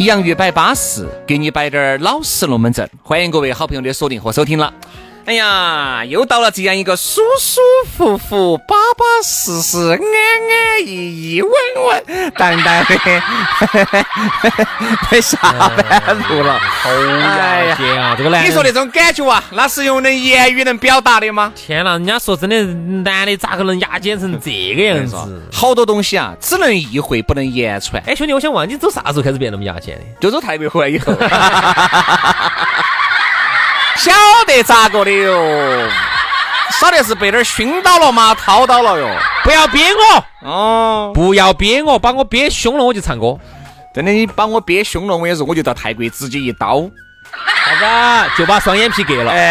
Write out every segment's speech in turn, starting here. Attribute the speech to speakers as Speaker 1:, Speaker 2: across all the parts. Speaker 1: 洋芋摆巴适，给你摆点儿老实龙门阵。欢迎各位好朋友的锁定和收听了。哎呀，又到了这样一个舒舒服服、巴巴适适、安安逸逸、稳稳当当的 的下班路了。
Speaker 2: 好呀，姐啊，这个男人，
Speaker 1: 你说那种感觉啊，那是用能言语能表达的吗？
Speaker 2: 天呐，人家说真的，男的咋个能牙尖成这个样子？
Speaker 1: 好多东西啊，只能意会不能言传。
Speaker 2: 哎，兄弟，我想问，你走啥时候开始变那么牙尖的？
Speaker 1: 就走泰国回来以后，晓得咋个的哟？晓得是被哪儿熏到了吗？掏到了哟！
Speaker 2: 不要憋我，
Speaker 1: 哦，
Speaker 2: 不要憋我，把我憋凶了我就唱歌。
Speaker 1: 真的，你把我憋凶了，我跟你说，我就到泰国直接一刀。
Speaker 2: 啥子？就把双眼皮割了。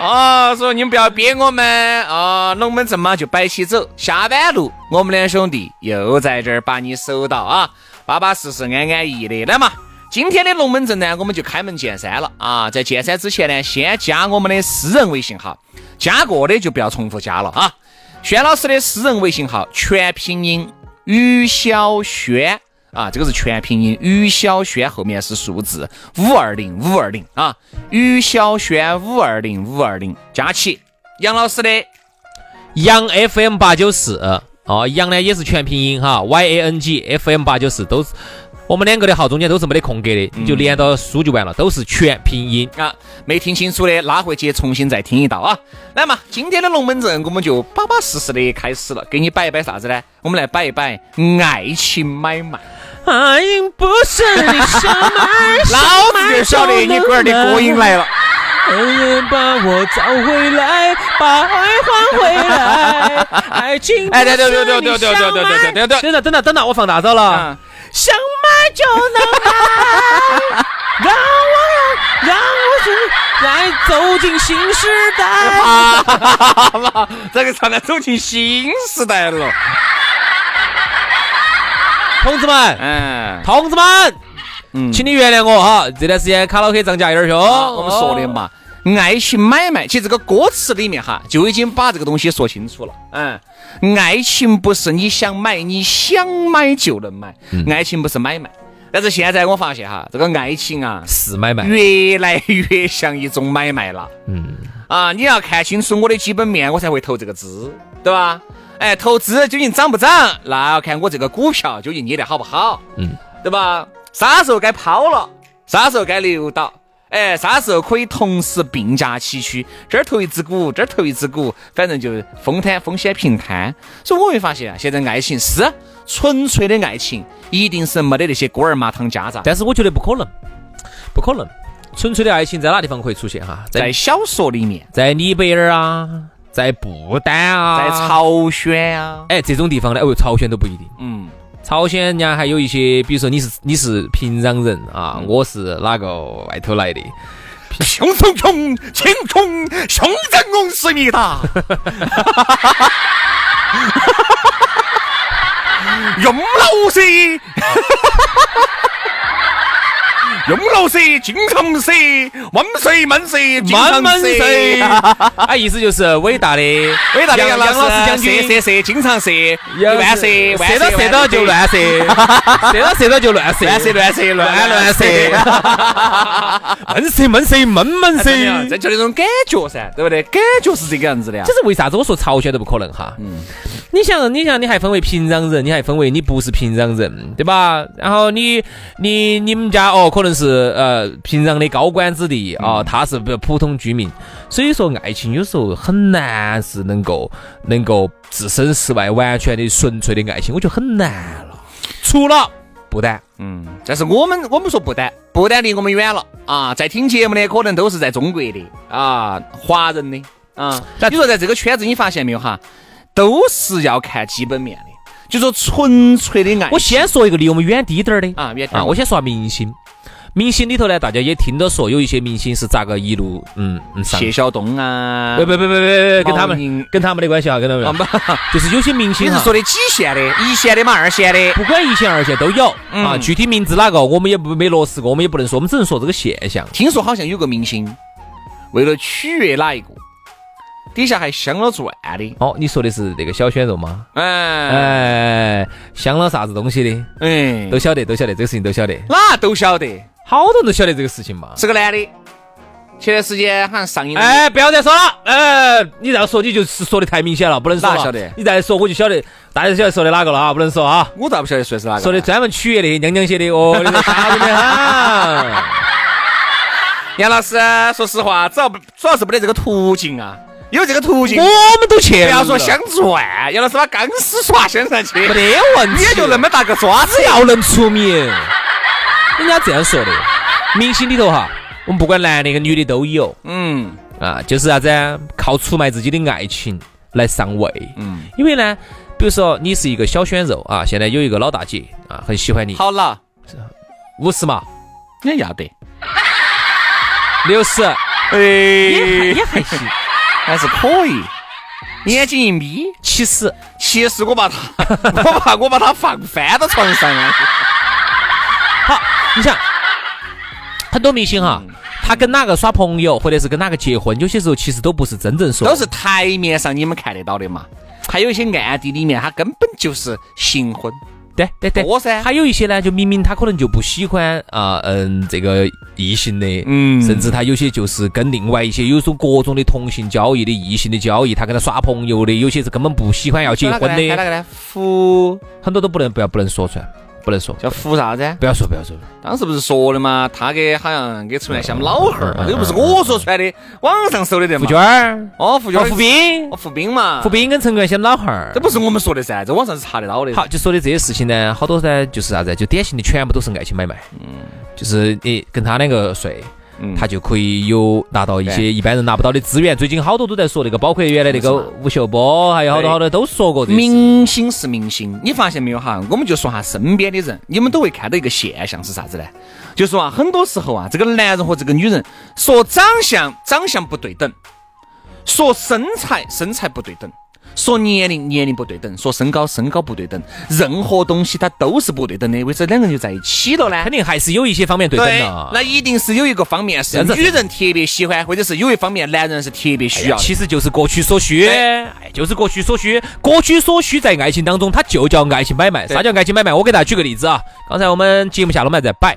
Speaker 1: 哦，说你们不要憋我们哦，龙门阵嘛就摆起走。下班路，我们两兄弟又在这儿把你守到啊，巴巴适适、安安逸逸的。那么今天的龙门阵呢，我们就开门见山了啊！在见山之前呢，先加我们的私人微信号，加过的就不要重复加了啊。轩老师的私人微信号全拼音于小轩啊，这个是全拼音，于小轩后面是数字五二零五二零啊，于小轩五二零五二零加起。杨老师的
Speaker 2: 杨 FM 八九四哦，杨呢也是全拼音哈，Y A N G F M 八九四都是我们两个的号中间都是没得空格的，
Speaker 1: 嗯
Speaker 2: 你就连到书就完了，都是全拼 音。
Speaker 1: 啊，没听清楚的拉回去重新再听一道啊。来嘛，今天的龙门阵我们就巴巴适适的开始了，给你摆一摆啥子呢？我们来摆一摆爱情买卖。
Speaker 2: 爱情不是你什么
Speaker 1: 老子就晓得你龟儿的歌音来了。
Speaker 2: 恩人把我找回来，把爱还回来，爱情
Speaker 1: 哎，对对对对对对对对对对对
Speaker 2: 等等等等等等，我放大招了。
Speaker 1: 啊！
Speaker 2: 想买就能买，让我让我是来走进新时代。
Speaker 1: 啊哈哈哈哈！啊这个唱的走进新时代了。
Speaker 2: 同志们，
Speaker 1: 嗯，
Speaker 2: 同志们，请你原谅我哈，这段时间卡拉 OK 涨价有点凶。
Speaker 1: 啊我们说的嘛，爱情买卖，其实这个歌词里面哈就已经把这个东西说清楚了。嗯，爱情不是你想买，你想买就能买，爱情不是买卖。但是现在我发现哈，这个爱情啊，
Speaker 2: 是买卖，
Speaker 1: 越来越像一种买卖了。嗯，啊，你要看清楚我的基本面，我才会投这个资，对吧？哎，投资究竟涨不涨，那要看我这个股票究竟捏得好不好，嗯，对吧？啥时候该抛了，啥时候该留到，哎，啥时候可以同时并驾齐驱，这儿投一只股，这儿投一只股，反正就是风摊风险平摊。所以我会发现啊，现在爱情是纯粹的爱情，一定是没得那些锅儿麻汤夹杂，
Speaker 2: 但是我觉得不可能，不可能。纯粹的爱情在哪地方可以出现哈？
Speaker 1: 在
Speaker 2: 在
Speaker 1: 小说里面。
Speaker 2: 在里贝尔啊，在不丹啊，
Speaker 1: 在朝鲜啊，
Speaker 2: 哎这种地方呢，哦，朝鲜都不一定。
Speaker 1: 嗯，
Speaker 2: 朝鲜人家还有一些，比如说你是你是平壤人
Speaker 1: 嗯
Speaker 2: 啊，我是哪个外头来的，
Speaker 1: 熊熊熊，青冲，熊掌公是你 的，用老师，用老蛇，经常蛇，万岁万岁，经
Speaker 2: 慢
Speaker 1: 常
Speaker 2: 慢
Speaker 1: 蛇。
Speaker 2: 射， 啊，意思就是伟大的
Speaker 1: 伟大的
Speaker 2: 杨
Speaker 1: 杨
Speaker 2: 老师
Speaker 1: 老
Speaker 2: 将
Speaker 1: 师射
Speaker 2: 军，
Speaker 1: 射射，经常射，一
Speaker 2: 杨
Speaker 1: 万射，万
Speaker 2: 射到射到就，乱射，射到射到就乱射，
Speaker 1: 万射乱射乱
Speaker 2: 乱乱 射，闷 射闷射闷闷
Speaker 1: 真的啊
Speaker 2: 射。
Speaker 1: 这就那种感觉噻，对不对？感觉是这个样子的呀
Speaker 2: 这。是为啥子？我说朝鲜都不可能哈。你想，你想，你还分为平壤人，你还分为你不是平壤人，对吧？然后你你你们家哦，可能是呃平壤的高官子弟啊，他是普普通居民，所以说爱情有时候很难是能够能够置身事外，完全的纯粹的爱情，我觉得很难了。除了不丹，
Speaker 1: 嗯，但是我们我们说不丹，不丹离我们远了啊，在听节目的可能都是在中国的啊，华人的啊。
Speaker 2: 那
Speaker 1: 你说在这个圈子，你发现没有哈？都是要看基本面的，就说纯粹的爱情。
Speaker 2: 我先说一个离我们远滴点儿的
Speaker 1: 啊，远点
Speaker 2: 啊，我先说下明星。明星里头呢，大家也听到说有一些明星是咋个一路嗯嗯上
Speaker 1: 谢晓东啊，
Speaker 2: 不不不不不，跟他
Speaker 1: 毛
Speaker 2: 们
Speaker 1: 宁
Speaker 2: 跟他们的关系啊，跟他
Speaker 1: 啊
Speaker 2: 们
Speaker 1: 不，
Speaker 2: 就是有些明
Speaker 1: 你
Speaker 2: 星
Speaker 1: 是
Speaker 2: 哈
Speaker 1: 说，的几线的，一线的嘛，二线的？
Speaker 2: 不管一线二线都有
Speaker 1: 嗯
Speaker 2: 啊，具体名字哪个我们也不没落实过，我们也不能说，我们只能说这个现象。
Speaker 1: 听说好像有个明星，为了取悦哪一个，底下还镶了钻的。
Speaker 2: 哦，你说的是那个小鲜肉吗？
Speaker 1: 哎
Speaker 2: 哎，镶了啥子东西的，
Speaker 1: 哎
Speaker 2: 都，晓得，都晓得，这个事情都晓得，
Speaker 1: 哪都晓得，
Speaker 2: 好多人都晓得这个事情嘛。
Speaker 1: 是个男的。前段时间好像上映了，
Speaker 2: 哎，不要再说了，哎，你这样说你就是说的太明显了，不能说
Speaker 1: 哪
Speaker 2: 了。
Speaker 1: 晓得
Speaker 2: 你再说我就晓得，大家都晓得说的哪个了啊，不能说啊，
Speaker 1: 我咋不晓得说是哪个？
Speaker 2: 说的专门取悦的娘娘些的，哦，你这吓人的很。
Speaker 1: 杨老师，说实话，主要不主要是没得这个途径啊，有这个途径，
Speaker 2: 我们都去
Speaker 1: 不
Speaker 2: 不
Speaker 1: 要
Speaker 2: 要
Speaker 1: 说
Speaker 2: 说想
Speaker 1: 镶钻，杨老师把钢丝刷镶上去，
Speaker 2: 没得问题，
Speaker 1: 也就那么大个爪子
Speaker 2: 只
Speaker 1: 呀。
Speaker 2: 要能出名，人家这样说的，明星里头哈，我们不管男的跟女的都有
Speaker 1: 嗯，
Speaker 2: 啊，就是啥子啊靠出卖自己的爱情来上位，嗯，因为呢。比如说，你是一个小鲜肉啊，现在有一个老大姐啊，很喜欢你，
Speaker 1: 好了，
Speaker 2: 五十嘛，
Speaker 1: 你要得，
Speaker 2: 六十也
Speaker 1: 哎，
Speaker 2: 也还行，
Speaker 1: 还是可以，眼睛一眯，
Speaker 2: 七十
Speaker 1: 其实我把他， 我把我把他放翻到床上啊。
Speaker 2: 好，你想，很多明星哈，他跟哪个耍朋友，或者是跟哪个结婚，有些时候其实都不是真正说，
Speaker 1: 都是台面上你们看得到的嘛。还有一些暗地里面，他根本就是行婚。
Speaker 2: 对对对，
Speaker 1: 多噻
Speaker 2: 还有一些呢，就明明他可能就不喜欢啊，嗯，这个异性的，
Speaker 1: 嗯
Speaker 2: 甚至他有些就是跟另外一些有种各种的同性交易的、异性的交易，他跟他耍朋友的，有些是根本不喜欢要结婚
Speaker 1: 还有哪
Speaker 2: 的，
Speaker 1: 个呢？福
Speaker 2: 很多都不能不要不能说出来，不能说，
Speaker 1: 叫福啥子？
Speaker 2: 不要说不要说，
Speaker 1: 当时不是说了嘛？他给好像给出来像老汉儿，又不是我说出来的，网上搜的得
Speaker 2: 付
Speaker 1: 嘛。
Speaker 2: 娟儿、
Speaker 1: 哦，付娟
Speaker 2: 哦
Speaker 1: 儿，
Speaker 2: 付斌
Speaker 1: 哦，、付斌嘛，
Speaker 2: 付，斌跟陈冠希老汉儿
Speaker 1: 这。不是我们说的噻，这网上是查得到的。
Speaker 2: 好，，就说的这些事情呢，好多呢就是啥子，就典型的全部都是爱情买卖。嗯，就是你跟他两个睡，
Speaker 1: 嗯
Speaker 2: 他就可以有拿到一些一般人拿不到的资源。最近好多都在说那个，包括原来那个吴秀波，还有好多
Speaker 1: 对
Speaker 2: 好多都说过这个事情。
Speaker 1: 明星是明星，你发现没有哈？我们就说哈，身边的人，你们都会看到一个现象是啥子呢？就说啊，很多时候啊，这个男人和这个女人说长相，长相不对等；说身材，身材不对等；说年龄，年龄不对等；说身高，身高不对等。任何东西它都是不对等的，为啥两个人就在一起了呢
Speaker 2: 肯？定还是有一些方面对等的啊。
Speaker 1: 那一定是有一个方面是
Speaker 2: 这样子
Speaker 1: 女人特别喜欢，或者是有一方面男人是特别需要的。
Speaker 2: 哎其实就是各取所需，
Speaker 1: 对
Speaker 2: 哎，就是各取所需。各取所需在爱情当中，它就叫爱情买卖。
Speaker 1: 对
Speaker 2: 啥叫爱情买卖？我给大家举个例子啊，刚才我们节目下了，我们还在摆，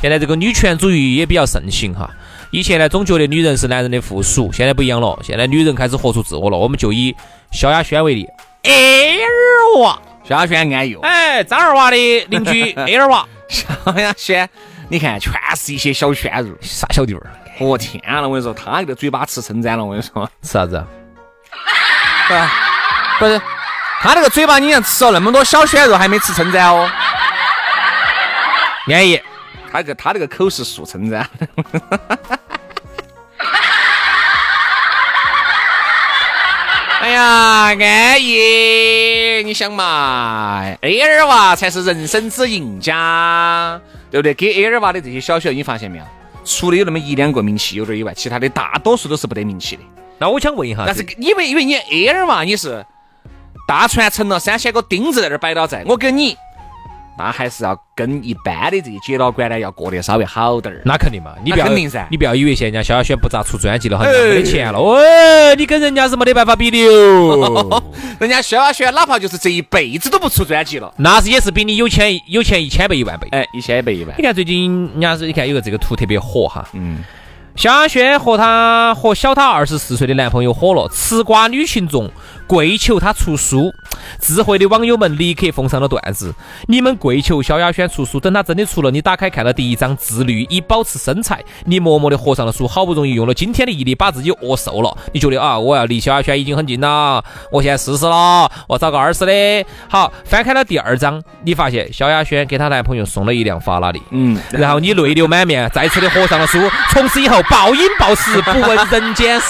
Speaker 2: 现在这个女权主义也比较盛行哈。以前呢，总觉得女人是男人的附属，现在不一样了，现在女人开始活出自我了。我们就以萧亚轩为例，艾尔娃，
Speaker 1: 萧亚轩安逸哦，
Speaker 2: 哎，张二娃的邻 居艾尔娃，
Speaker 1: 萧亚轩，你看全是一些小鲜肉。
Speaker 2: 傻小弟儿，
Speaker 1: 我天了，我跟你说，他那个嘴巴吃撑展了，我跟你说，
Speaker 2: 是啥子啊？
Speaker 1: 啊不是，他那个嘴巴，你看吃了那么多小鲜肉还没吃撑展哦，
Speaker 2: 安逸，
Speaker 1: 他那个他那个口是竖撑展， 哎呀，安逸，你想嘛，A 哎二娃才是人生之赢家，对不对？给 A 二娃的这些小鲜肉，你发现没有？除了有那么一两个名气有点以外，其他的大多数都是不得名气的。
Speaker 2: 那我想问一下，
Speaker 1: 但是因为因为你 A 二嘛，你是大船沉了三千个钉子在那儿摆到在，我跟你那还是要跟一般的这些姐老倌呢要过得稍微好点儿。
Speaker 2: 那肯定嘛，你不要
Speaker 1: 那肯定噻
Speaker 2: 你不要以为现在人家萧亚轩不咋出专辑了，好
Speaker 1: 哎
Speaker 2: 像没得钱了，哦，你跟人家是没得办法比的哟。
Speaker 1: 人家萧亚轩哪怕就是这一辈子都不出专辑了，
Speaker 2: 那是也是比你有钱有钱一千倍一万倍。
Speaker 1: 哎，一千倍一万
Speaker 2: 你。看最近人家是你看有个这个图特别火哈，
Speaker 1: 嗯，
Speaker 2: 萧亚轩和她和小她二十四岁的男朋友火了，吃瓜女群众跪求她出书，智慧的网友们立刻奉上了段子：你们跪求萧亚轩出书，等她真的出了，你打开看了第一章，自律以保持身材，你默默的合上了书，好不容易用了今天的毅力把自己饿瘦了，你觉得啊，我要离萧亚轩已经很近了，我现在试试了，我找个二十的，好，翻开了第二章，你发现萧亚轩给她男朋友送了一辆法拉利，
Speaker 1: 嗯，
Speaker 2: 然后你泪流满面，再次的合上了书，从此以后暴饮暴食，不问人间事。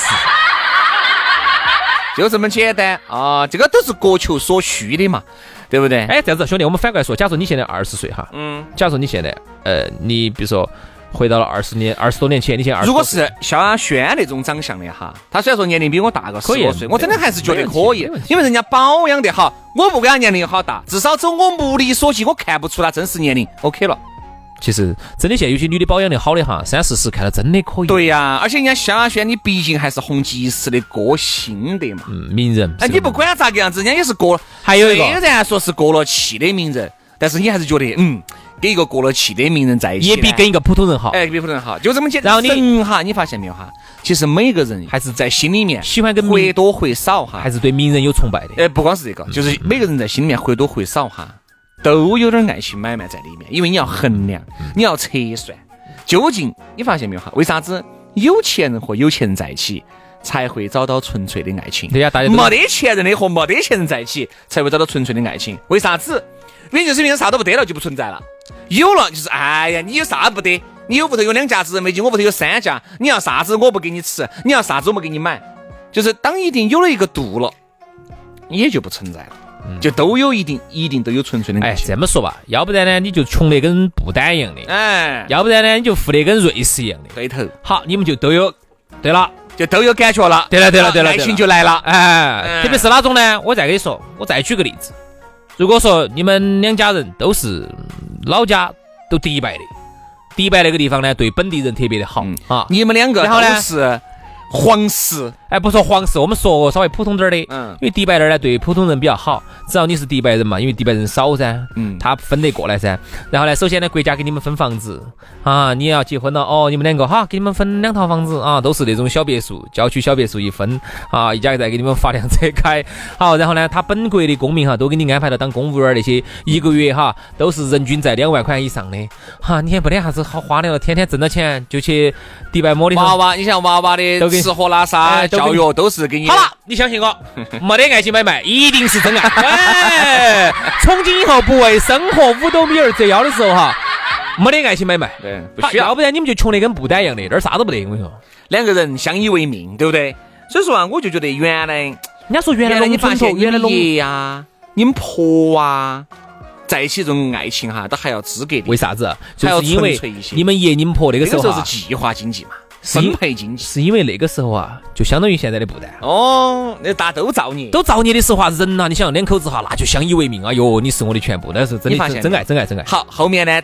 Speaker 1: 就这么简单啊，这个都是各求所需的嘛，对不对？
Speaker 2: 哎，这样子，兄弟，我们反过来说，假如你现在二十岁哈，
Speaker 1: 嗯，
Speaker 2: 假如你现在，呃，你比如说回到了二十年、二十多年前，你现在20
Speaker 1: 如果是萧亚轩那种长相的哈，他虽然说年龄比我大个十
Speaker 2: 可以啊
Speaker 1: 多岁，我真的还是觉得可以
Speaker 2: 没问题没问题，
Speaker 1: 因为人家保养得好，我不管他年龄有好大，至少走我目力所及，我看不出他真实年龄，OK 了。
Speaker 2: 嗯其实真的现在有些女的保养的好的哈，三四十看了真的可以，
Speaker 1: 对呀、而且人家萧亚轩，你毕竟还是红极一时的歌星的嘛。
Speaker 2: 嗯，名人。
Speaker 1: 哎，
Speaker 2: 是
Speaker 1: 你
Speaker 2: 个
Speaker 1: 不
Speaker 2: 名
Speaker 1: 管咋个样子，人家也是过，
Speaker 2: 还有一个
Speaker 1: 虽然说是过了气的名人，但是你还是觉得，嗯，跟一个过了气的名人在一
Speaker 2: 人
Speaker 1: 起
Speaker 2: 也比
Speaker 1: 呢
Speaker 2: 跟一个普通人好。
Speaker 1: 哎，比普通人好，就这么简单。
Speaker 2: 然后你
Speaker 1: 人哈，你发现没有哈？其实每个人
Speaker 2: 还是
Speaker 1: 在心里面
Speaker 2: 喜欢跟
Speaker 1: 或
Speaker 2: 名
Speaker 1: 多或少哈，
Speaker 2: 还是对名人有崇拜的。
Speaker 1: 呃，不光是这个，就是每个人在心里面或多或少哈，都有点爱情买卖在里面，因为你要衡量，
Speaker 2: 嗯
Speaker 1: 你要测算，究竟你发现没有哈？为啥子有钱人和有钱人在一起？才会找到纯粹的爱情。
Speaker 2: 对呀大家都
Speaker 1: 没得钱人的和没得钱人在一起，才会找到纯粹的爱情。为啥子？原因就是因为啥都不得了就不存在了，有了就是哎呀，你有啥不得？你有屋头有两架直升飞机，我屋头有三架，你要啥子我不给你吃，你要啥子我不给你买。就是当一定有了一个度了，也就不存在了，就都有一定一定都有纯粹的
Speaker 2: 嗯哎
Speaker 1: 爱，情。
Speaker 2: 这么说吧，要不然呢你就穷得跟布丹一样的，
Speaker 1: 哎，
Speaker 2: 要不然呢你就富得跟瑞士一样的。
Speaker 1: 对头，
Speaker 2: 好，你们就都有。对了，
Speaker 1: 就都有感觉了。啊
Speaker 2: 对了对了对了
Speaker 1: 爱
Speaker 2: 对了
Speaker 1: 情就来了。
Speaker 2: 哎，
Speaker 1: 嗯
Speaker 2: 特别是哪种呢？我再给你说，我再举个例子。如果说你们两家人都是嗯老家都迪拜的，迪拜那个地方呢，对本地人特别的好、
Speaker 1: 嗯
Speaker 2: 啊。
Speaker 1: 你们两个
Speaker 2: 然后呢
Speaker 1: 都是皇室，
Speaker 2: 哎，不说皇室，我们说稍微普通点儿的，
Speaker 1: 嗯
Speaker 2: 因为迪拜那儿呢对普通人比较好，只要你是迪拜人嘛，因为迪拜人少噻，
Speaker 1: 嗯
Speaker 2: 他分得过来噻。然后呢，首先呢，国家给你们分房子啊，你要结婚了哦，你们两个哈，给你们分两套房子啊，都是那种小别墅，郊区小别墅一分啊，一家再给你们发辆车开。好，然后呢，他本国的公民哈，都给你安排到当公务员儿那些，一个月哈都是人均在两万块以上的哈，你也没得啥子好花的了，天天挣了钱就去迪拜摸的时候
Speaker 1: 娃娃，你像娃娃的
Speaker 2: 都给你
Speaker 1: 吃喝拉撒、
Speaker 2: 哎都给
Speaker 1: 教
Speaker 2: 你
Speaker 1: 育都是给你。
Speaker 2: 好了，你相 信我，没得爱情买卖，一定是真爱。哎，从今以后不为生活五斗米而折腰的时候哈，没得爱情买卖，
Speaker 1: 对，不
Speaker 2: 好
Speaker 1: 需要
Speaker 2: 要不然你们就穷得跟布袋一样的，那儿啥都不得。我跟你说，
Speaker 1: 两个人相依为命，对不对？所以说啊，我就觉得原来
Speaker 2: 人家说原来
Speaker 1: 原来你
Speaker 2: 农
Speaker 1: 发
Speaker 2: 村
Speaker 1: 现
Speaker 2: 头，
Speaker 1: 原
Speaker 2: 原来
Speaker 1: 来你
Speaker 2: 农
Speaker 1: 们爷呀、你们婆啊，在一起这种爱情哈，都还要资格
Speaker 2: 为
Speaker 1: 的。
Speaker 2: 啥子？啊
Speaker 1: 还
Speaker 2: 就
Speaker 1: 要
Speaker 2: 是因为
Speaker 1: 纯粹一些
Speaker 2: 你们爷你们婆那
Speaker 1: 那
Speaker 2: 个
Speaker 1: 个嗯时
Speaker 2: 时候
Speaker 1: 候是
Speaker 2: 啊，
Speaker 1: 计划经济嘛，
Speaker 2: 是因
Speaker 1: 分配经济。
Speaker 2: 是因为那个时候啊，就相当于现在的布袋。
Speaker 1: 哦，那大家都造孽。
Speaker 2: 都造孽的时候啊，人呐、你想两口子哈，那就相依为命。哎呦，你是我的全部，那是真
Speaker 1: 你
Speaker 2: 的
Speaker 1: 发
Speaker 2: 是
Speaker 1: 现
Speaker 2: 真爱，真爱，真爱。
Speaker 1: 好，后面呢？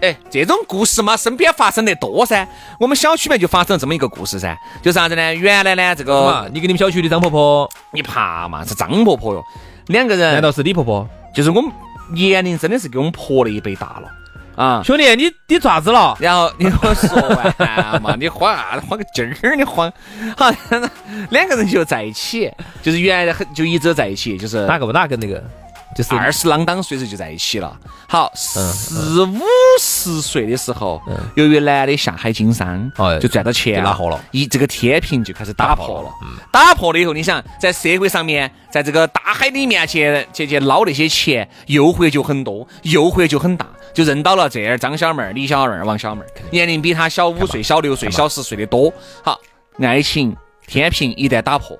Speaker 1: 哎，这种故事嘛，身边发生的多噻。我们小区面就发生了这么一个故事噻，就是啥子呢？原来呢，这
Speaker 2: 嘛
Speaker 1: 个，
Speaker 2: 啊你跟你们小区的张婆婆，
Speaker 1: 你怕嘛，是张婆婆哟，两个
Speaker 2: 难
Speaker 1: 人
Speaker 2: 道是李婆婆？
Speaker 1: 就是我们年龄真的是给我们婆了一辈大了啊。
Speaker 2: 兄弟，你你咋子了？
Speaker 1: 然后你给我说完 嘛，你慌啥子？慌个劲儿，你慌。好，两个人就在一起，就是原来很就一直在一起，就是
Speaker 2: 哪个不哪个那个？就是嗯
Speaker 1: 呃二十啷当岁数就在一起了。好，四五十岁的时候，由于男的下海经商
Speaker 2: 哦，
Speaker 1: 就赚到
Speaker 2: 嗯
Speaker 1: 钱
Speaker 2: 就拿货了
Speaker 1: 一这个天平就开始打破
Speaker 2: 打嗯
Speaker 1: 了。打破了以后，你想在社会上面，在这个大海里面去去去捞那些钱，诱惑就很多，诱惑就很大，就认到了这儿张小妹儿、李小妹儿、王小妹儿，年龄比她小五岁、小六岁、小十岁的多。好，爱情天平一旦打破，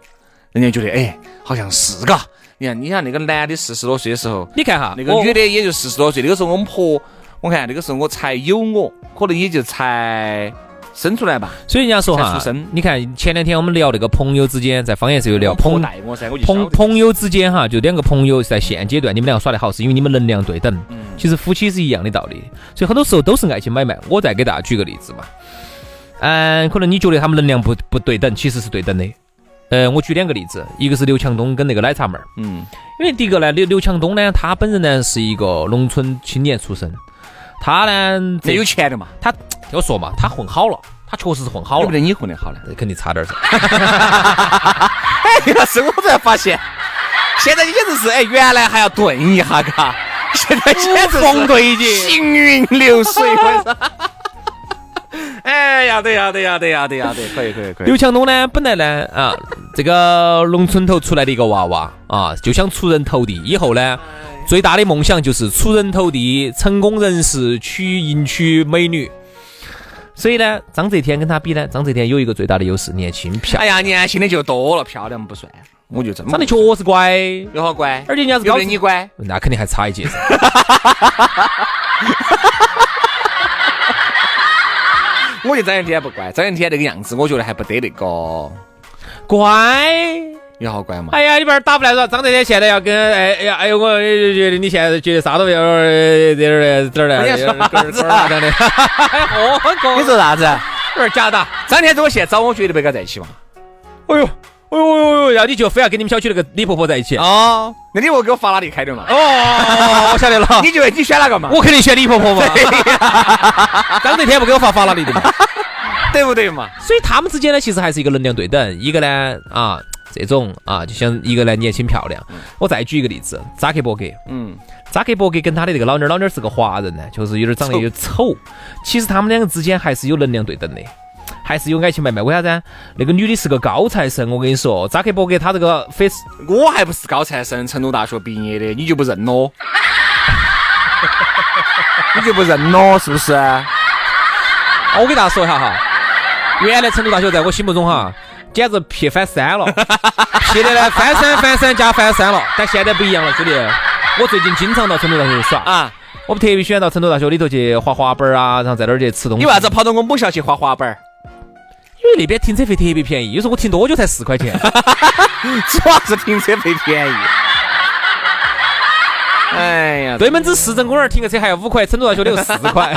Speaker 1: 人家觉得哎，好像是嘎。你看，你看那个男的四十多岁的时候，
Speaker 2: 你哦看哈，
Speaker 1: 那个
Speaker 2: 我
Speaker 1: 女的也就四十多岁，那个时候我们婆，我看那个时候我才有我，可能也就才生出来吧，
Speaker 2: 所以人家说
Speaker 1: 才
Speaker 2: 哈
Speaker 1: 出生，
Speaker 2: 你看前两天我们聊那个朋友之间，在方言社有聊
Speaker 1: 朋
Speaker 2: 朋
Speaker 1: 带我噻，我就晓
Speaker 2: 朋
Speaker 1: 得。
Speaker 2: 朋友之间哈，就两个朋友在现阶段你们两个耍得好，是因为你们能量对等。
Speaker 1: 嗯
Speaker 2: 其实夫妻是一样的道理，所以很多时候都是爱情买卖。我再给大家举个例子嘛，嗯，可能你觉得他们能量不不对等，其实是对等的。呃，我举两个例子，一个是刘强东跟那个奶茶妹儿，
Speaker 1: 嗯，
Speaker 2: 因为第一个呢，刘刘强东呢，他本人呢是一个农村青年出身，他呢，
Speaker 1: 这有钱的嘛，
Speaker 2: 他听我说嘛，他混好了，他确实是混好
Speaker 1: 有
Speaker 2: 了
Speaker 1: 不得，你混得好呢？
Speaker 2: 呃肯定差点儿噻。
Speaker 1: 哎，老师，我突然发现，现在简直是哎，原来还要顿一下嘎，现在简直
Speaker 2: 无
Speaker 1: 是
Speaker 2: 缝对接
Speaker 1: 行云流 水，我跟你说。哎，要得要得要得要得要得，可以可以可以。
Speaker 2: 刘强东呢，本来呢啊，这个农村头出来的一个娃娃啊，就想出人头地。以后呢，最大的梦想就是出人头地，成功人士，娶迎娶美女。所以呢，张泽天跟他比呢，张泽天有一个最大的优势，年轻漂
Speaker 1: 哎
Speaker 2: 亮，
Speaker 1: 呀，年轻的就多了，漂亮不算，我就这么
Speaker 2: 长得确实乖，
Speaker 1: 有好乖，
Speaker 2: 而且人家是
Speaker 1: 有
Speaker 2: 高
Speaker 1: 的
Speaker 2: 知
Speaker 1: 你乖，
Speaker 2: 那肯定还差一截噻。
Speaker 1: 我就张一天不乖，张一天那个样子，我觉得还不得那个
Speaker 2: 乖，
Speaker 1: 有好乖嘛。
Speaker 2: 哎呀，你把人打不来了。张泽天现在要跟哎哎呀哎呦，我觉得你现在觉得啥都要这点儿这儿的，
Speaker 1: 你在说啥子啊
Speaker 2: 的，我靠，
Speaker 1: 你说啥子？
Speaker 2: 有点假的。
Speaker 1: 张一天如果现在找我，我绝对不会跟他在一起嘛。
Speaker 2: 哎呦，哎呦哎呦哎呦，然后你就非要跟你们小区那个李婆婆在一起。哦，
Speaker 1: 哦，那你我给我法拉利开的嘛？
Speaker 2: 我晓得了，
Speaker 1: 你就你选哪个嘛？
Speaker 2: 我肯定选李婆婆嘛。张泽天不给我发法拉利的嘛。
Speaker 1: 对不对嘛？
Speaker 2: 所以他们之间呢，其实还是一个能量对等。一个呢，啊，这种啊，就像一个呢年轻漂亮。我再举一个例子，扎克伯格。
Speaker 1: 嗯，
Speaker 2: 扎克伯格跟他的这个老妞儿，老妞儿是个华人呢，就是有点长得有点丑。其实他们两个之间还是有能量对等的，还是有爱情买卖。为啥子啊？那个女的是个高材生，我跟你说，扎克伯格他这个 face
Speaker 1: 我还不是高材生，成都大学毕业的，你就不认咯？ 你就不认咯？是不是？
Speaker 2: 啊我给大家说一下哈，原来成都大学在我心目中哈，简直撇翻山了，撇的呢翻山翻山加翻山了。但现在不一样了，兄弟，我最近经常到成都大学去耍啊，
Speaker 1: 啊，
Speaker 2: 我们特别喜欢到成都大学里头去滑滑板啊，然后在那儿去吃东西。
Speaker 1: 你为啥子？跑到我母校去滑滑板儿？
Speaker 2: 因为那边停车费特别便宜，有时候我停多久才四块 钱。
Speaker 1: 主要是停车费便宜。哎呀，
Speaker 2: 对门子市政公园停个车还要五块，成都大学里有四 块。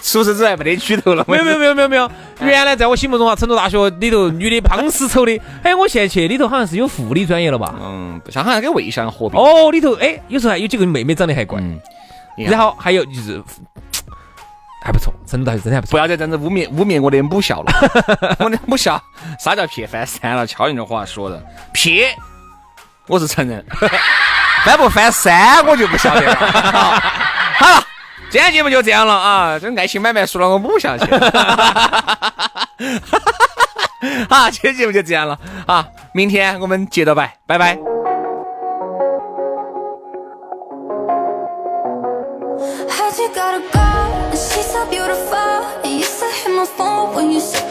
Speaker 1: 除此之外没得举头了。
Speaker 2: 没有没有没有没有没
Speaker 1: 哎
Speaker 2: 有，原来在我心目中啊，成都大学里头女的胖死丑的，哎，我现在去里头好像是有护理专业了吧？
Speaker 1: 嗯，不像好像跟魏翔合并。
Speaker 2: 哦，里头哎，有时候还有几个妹妹长得还怪。
Speaker 1: 嗯，Yeah.
Speaker 2: 然后还有就是，还不错，成都大学真的还不
Speaker 1: 不
Speaker 2: 错。
Speaker 1: 要再这样子污蔑污蔑我的母校了。 我的母校啥叫撇翻山了？瞧你这话说的，撇，我是承认， 翻不翻山我就不晓得了。好好了，今天节目就这样了啊！这爱情买卖输到我母校去了。 好，今天节目就这样了啊！明天我们接着摆，拜拜。
Speaker 3: Heard you gotta go, and she's so beautiful. And you set him my phone when you said